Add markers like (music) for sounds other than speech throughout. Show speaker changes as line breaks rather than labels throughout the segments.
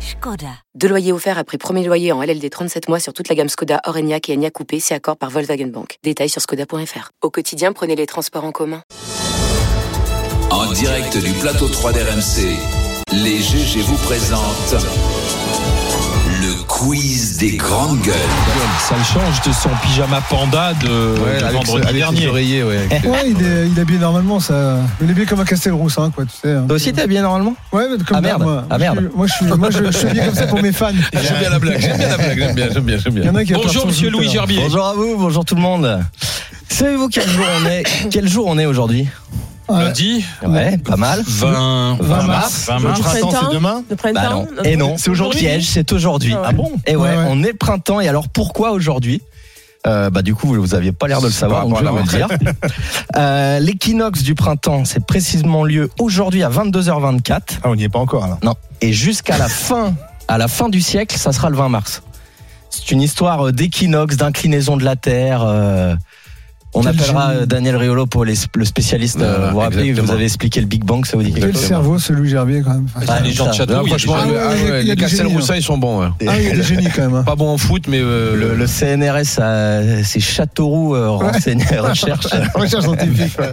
Skoda. Deux loyers offerts après premier loyer en LLD 37 mois sur toute la gamme Skoda, Orenia et Enya Coupé, c'est accord par Volkswagen Bank. Détails sur skoda.fr. Au quotidien, prenez les transports en commun.
En direct du plateau 3 d'RMC, les GG vous présentent le quiz des grandes gueules.
Ça le change de son pyjama panda de,
Ouais,
de
avec ce-
vendredi
avec ses
dernier.
oreillers, ouais. avec-
Ouais, il est, il est habillé normalement, ça. Il est habillé comme un Castelrousse, hein, quoi, tu sais. hein.
Toi aussi, t'es habillé normalement
Ouais, mais comme
Ah,
d'hab,
merde.
moi.
Ah, merde.
Moi, je suis, moi, je, je suis habillé comme ça pour mes fans.
J'aime bien la blague, j'aime bien la blague, j'aime bien, j'aime bien, j'aime
Il y en a qui
Bonjour
adorent
Monsieur
ça,
Louis
tout à l'heure.
Gerbier.
Bonjour à vous, bonjour tout le monde. Savez-vous quel jour on est Quel jour on est aujourd'hui
Ouais.
Lundi
Ouais, pas mal.
20,
20 mars.
20
Le
hein, mars.
printemps,
Printemps.
c'est demain
Le printemps
Bah non. Et non, c'est aujourd'hui. Piège, c'est aujourd'hui.
Ah ouais.
bon Et ouais,
Ouais, ouais.
on est le printemps. Et alors pourquoi aujourd'hui Euh, bah du coup vous, vous aviez pas l'air de le savoir
par
donc je vais
rapport
vous
à
le dire (laughs) Euh, l'équinoxe du printemps c'est précisément lieu aujourd'hui à 22h24
Ah, on n'y est pas encore, alors.
Non. Et jusqu'à la fin, à la fin du siècle, ça sera le 20 mars. C'est une histoire euh, d'équinoxe, d'inclinaison de la Terre. euh, on
Quel
appellera
génie.
euh, Daniel Riolo pour les- le spécialiste. euh,
Voilà,
vous vous rappelez, il vous
exactement.
avez expliqué le Big Bang, ça vous dit quelque
Quel
chose
cerveau, ce Louis Gerbier, quand même. Enfin,
Ah,
les gens de
ça.
Château,
Là,
il y a des
franchement,
gens-
Ah ouais, il y a- il y a
les
du génie,
Castelroussins, ils sont bons. hein.
Ah, il y a des génies, quand
(laughs)
même. hein.
Pas bons en foot, mais euh,
le, le CNRS, ça, c'est Châteauroux euh, renseigné- recherche.
Recherche scientifique, ouais.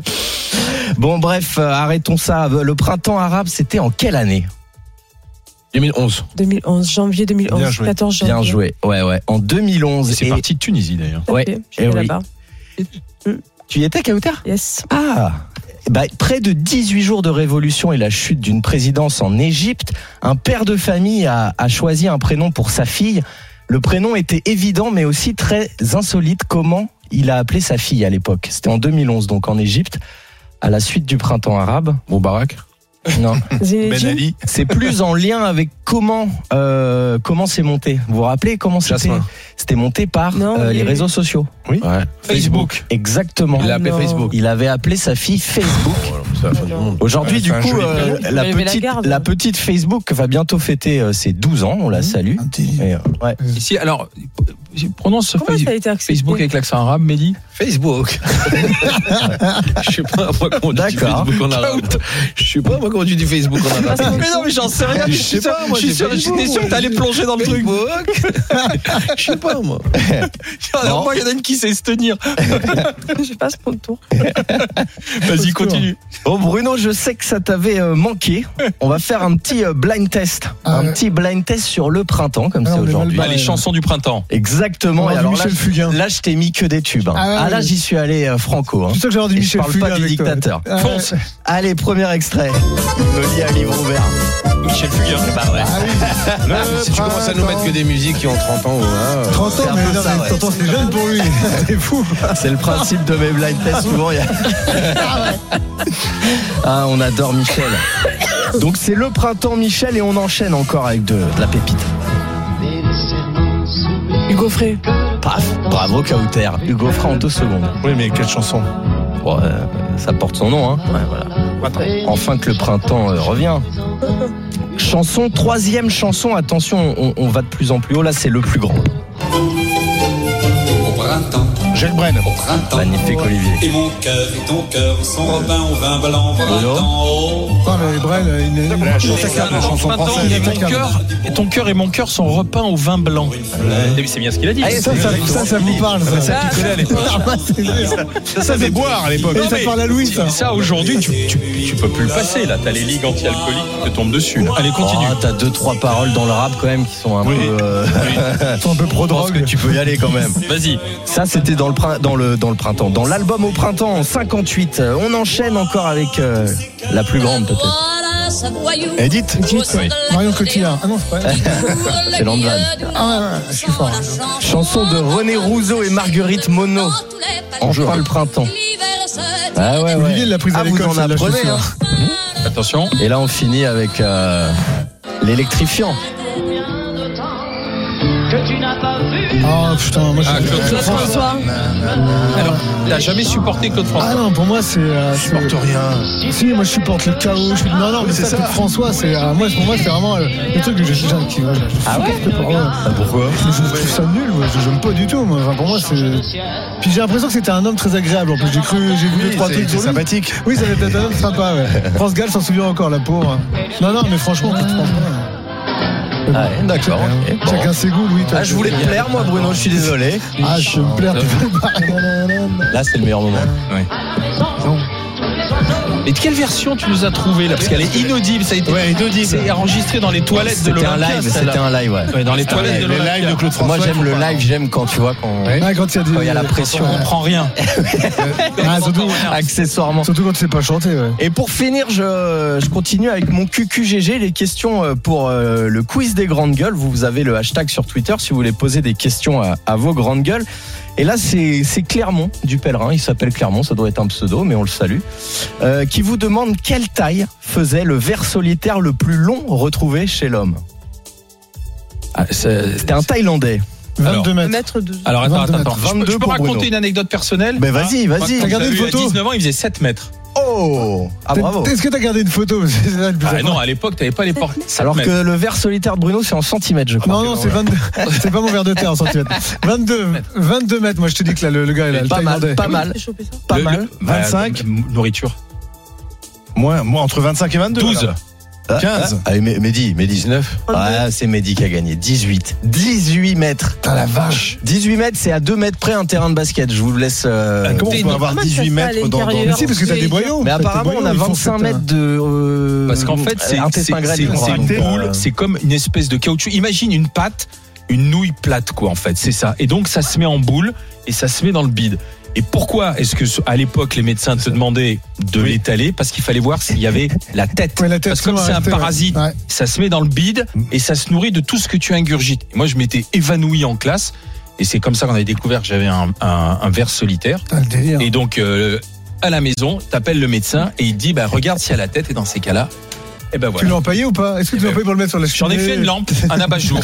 Bon, bref, euh, arrêtons ça. Le printemps arabe, c'était en quelle année
2011.
2011, janvier 2011,
Bien joué.
14 janvier.
Bien joué. Ouais, ouais. En 2011.
C'est
Et
parti de Tunisie d'ailleurs.
Tout à
Ouais.
fait. Je
Eh
suis
oui.
là-bas.
Tu y étais, Kauter
Yes.
Ah Bah, Près de 18 jours de révolution et la chute d'une présidence en Égypte, un père de famille a, a choisi un prénom pour sa fille. Le prénom était évident mais aussi très insolite. Comment il a appelé sa fille à l'époque C'était en 2011 donc en Égypte, à la suite du
(laughs)
printemps arabe.
Moubarak.
Non,
Ben
Ben,
Zinedine.
Ali.
c'est plus en lien avec comment euh, comment c'est monté. Vous vous rappelez comment c'était
Jasmin.
C'était monté par
Non,
euh, les
mais-
réseaux sociaux.
Ouais.
Facebook.
Exactement.
Il l'a appelé
Ah non. Ah
Facebook.
Il avait appelé sa fille Facebook.
Voilà, c'est la fin du monde.
Aujourd'hui,
Ouais,
du
c'est un
coup,
joli prénom.
euh, la,
Lever la
petite,
garde.
la petite Facebook va bientôt fêter euh, ses 12 ans. On la salue. Et, euh, ouais.
Ici, alors, prononce
Comment
Face-
ça a été accepté
Facebook
(laughs)
avec l'accent arabe, Mehdi (laughs)
Facebook. Je sais pas moi comment on dit
D'accord.
Facebook en arabe. Je sais pas moi comment tu dis Facebook en arabe.
Mais non, mais j'en
(laughs)
sais (laughs) rien.
Je sais pas, moi, j'ai Facebook.
plonger dans
Facebook. (laughs) Je sais pas moi.
Alors, moi,
il y en a une qui sait se tenir.
Je passe pour le tour.
Vas-y, continue.
Bah,
Oh Bruno, je sais que ça t'avait euh, manqué. On va faire un petit euh, blind test,
Ah
un
ouais.
petit blind test sur le printemps comme
Ah,
c'est
on est mal
aujourd'hui.
Bah,
Ouais,
les
ouais.
chansons du printemps.
Exactement.
On
Et
va
alors
du
là,
Michel Fugain.
je- là, je t'ai mis que des tubes. hein.
Ah ouais,
Ah là,
ouais.
j'y suis allé euh, franco. hein.
Je suis sûr que j'aurais dit
Et je
Michel
parle
Fugain
pas du
avec toi.
dictateur.
Ah, ouais.
Fonce.
Allez, premier extrait. Me lis à livre ouvert.
Michel Fugain.
Bah,
Ah
(laughs) Si tu commences à nous mettre que des musiques qui ont 30 ans, ouais, hein.
Ah,
30 ans,
C'est un
mais
peu
non,
ça,
mais
ouais.
30 ans, c'est jeune pour
(laughs)
lui. C'est fou.
C'est le principe de mes blind tests. Souvent, il y a- Ah, on adore Michel. Donc, c'est le printemps, Michel, et on enchaîne encore avec de, de la pépite.
Hugo Frey.
Paf, bravo, Kauter. Hugo Fra en deux secondes.
Oui, mais quelle chanson
Bon, euh, ça porte son nom, hein. Ouais, voilà. Enfin que le printemps euh, revient. Chanson, troisième chanson. Attention, on, on va de plus en plus haut. Là, c'est le plus grand.
Au printemps,
Jacques Brel.
au printemps.
Magnifique, Olivier.
Et mon cœur et ton cœur sont robins au vin blanc, printemps. oh.
Ah, mais Brel, il est.
La chanson,
Les
la
amants
chanson
Printemps,
française.
et mon cœur, et ton cœur et mon cœur sont repeints au vin blanc. T'as vu, c'est bien ce qu'il a
Ah,
dit.
Ça, ça, ça, ça vous parle, (laughs) ça.
Ah, ça,
Ah, c'est-
Ça, ça fait boire à l'époque.
Et ça parle à Louis, ça.
Ça aujourd'hui, tu, tu, tu peux plus le passer là. T'as les ligues anti-alcooliques qui te tombent dessus. là. Allez, continue.
Oh, T'as deux, trois paroles dans le rap quand même qui sont un
Oui.
peu. (laughs) euh,
Faut un peu pro
Je pense que
drogue.
tu peux y aller quand même.
(laughs) Vas-y.
(laughs) Ça, c'était dans le, prin- dans, le, dans le printemps. Dans l'album au printemps, en 58. Euh, On enchaîne encore avec euh, la plus grande, peut-être.
Edith Marion Cotillard. Ah non, c'est pas elle.
(laughs) C'est Landvan.
Ah, ouais, ouais, je suis fort. hein.
Chanson de René Rousseau et Marguerite Monod. Enfin le printemps. Ah ouais,
Olivier l'a prise à
Ah, vous
l'école.
en
celle-là, je
apprenez,
suis sûr.
hein.
Attention.
Et là, on finit avec euh, l'électrifiant.
Que tu n'as pas vu
Ah putain, moi je
Ah, Claude
Claude
François.
François.
Alors, t'as jamais supporté Claude
Ah
François
non, pour moi c'est. euh,
Je supporte
c'est-
rien.
Si, moi je supporte le chaos. je- Non, non, mais ça, Claude François, c'est. euh, moi, pour moi, c'est vraiment euh, le truc que j'ai déjà qui va. Ah ouais
Pourquoi
je, je trouve ça nul, moi, je j'aime pas du tout. Moi. Enfin, pour moi, c'est. Puis j'ai l'impression que c'était un homme très agréable. En plus, j'ai cru, j'ai vu deux, trois
Ah, C'est
trucs
c'est
sur lui.
sympathique.
Oui, ça va être un homme sympa. Ouais. France Gall s'en souvient encore, la pauvre. Non, non, mais franchement, Claude François. euh,
Ah Ouais, d'accord, ok, bon.
Chacun ses goûts, Louis. toi,
Ah, je voulais te plaire, moi, Bruno, je suis désolé.
Ah, je me plaire, tu fais le bar. (laughs)
Là, c'est le meilleur moment.
Mais de quelle version tu nous as trouvé là Parce qu'elle est inaudible, ça a été.
Ouais, inaudible.
C'est enregistré dans les toilettes de
C'était un
l'Olympia.
live,
celle-là.
c'était un live, ouais.
Ouais, dans les toilettes de
Le
l'Olympia.
live de Claude François.
Moi, j'aime
faut
le
pas.
live, j'aime quand tu vois qu'on.
Ah, quand il y a, des-
Quand il y a la pression.
On comprend rien.
Ah, surtout,
Accessoirement.
surtout quand tu sais pas chanter, ouais.
Et pour finir, je, je continue avec mon QQGG, les questions euh, pour euh, le quiz des grandes gueules. Vous, vous avez le hashtag sur Twitter si vous voulez poser des questions à, à vos grandes gueules. Et là, c'est c'est Clermont du pèlerin. Il s'appelle Clermont, ça doit être un pseudo, mais on le salue. Euh, qui vous demande quelle taille faisait le ver solitaire le plus long retrouvé chez l'homme
Ah, c'est-
C'était un Thaïlandais.
22 mètres.
Mètre de.
(laughs) Alors attends,
22
attends, attends.
mètres.
Je peux- Je peux
22 pour Bruno.
raconter une anecdote personnelle Ah.
Ben vas-y, vas-y.
Quand
Regardez
je l'ai
une
eu
photo.
Euh, À 19 ans, il faisait 7 mètres.
Oh Ah bravo
Est-ce que t'as gardé une photo (laughs) C'est ça le plus
Ah,
important.
non, à l'époque, t'avais pas les portes. sept
Alors
mètres.
que le ver solitaire de Bruno, c'est en centimètres, je crois.
Non, non, c'est 22. C'est pas mon verre de terre en centimètres. 22, 22 mètres, moi je te dis que là, le, le gars, il a le
Euh, Pas mal,
Thaïlandais.
pas mal,
J'ai chopé ça.
pas
Le-
mal.
le- bah,
25.
Nourriture.
Moi, moi, entre 25 et 22.
12.
alors. 15.
Ah, ah, mais- Mehdi, Mehdi. 19. Ah, c'est Mehdi qui a gagné. 18. 18 mètres.
Putain, la vache.
18 mètres, c'est à 2 mètres près un terrain de basket. Je vous laisse. euh,
Ah, Comment on peut
Comment
avoir
ça se
18
fait à
mètres dans- dans.
l'intérieur
Mais si, parce que t'as des boyaux.
Mais
T'as des
apparemment,
boyaux,
on a
ils font
25
cette, euh,
mètres de. euh,
Parce qu'en fait, c'est
intestin
c'est-
grêle,
c'est-
je crois.
c'est une
Donc, euh,
boule, c'est comme une espèce de caoutchouc. Imagine une pâte, une nouille plate, quoi, en fait, c'est ça. Et donc, ça se met en boule et ça se met dans le bide. Et pourquoi est-ce que à l'époque les médecins te demandaient de
Oui.
l'étaler parce qu'il fallait voir s'il y avait la tête.
hein. Ouais, la tête,
parce que comme
souvent
c'est un
restée, ouais.
parasite,
Ouais.
ça se met dans le bide et ça se nourrit de tout ce que tu ingurgites. Moi, je m'étais évanoui en classe et c'est comme ça qu'on avait découvert que j'avais un, un, un verre solitaire.
Putain, le
Ah.
délire.
Et donc, euh, à la maison, t'appelles le médecin et il te dit, bah, regarde si à la tête et dans ces cas-là, et ben
Tu
voilà.
l'as empaillé ou pas Est-ce que tu l'as
Eh ben,
empaillé pour le mettre sur la cheminée
J'en ai fait une lampe, un abat-jour.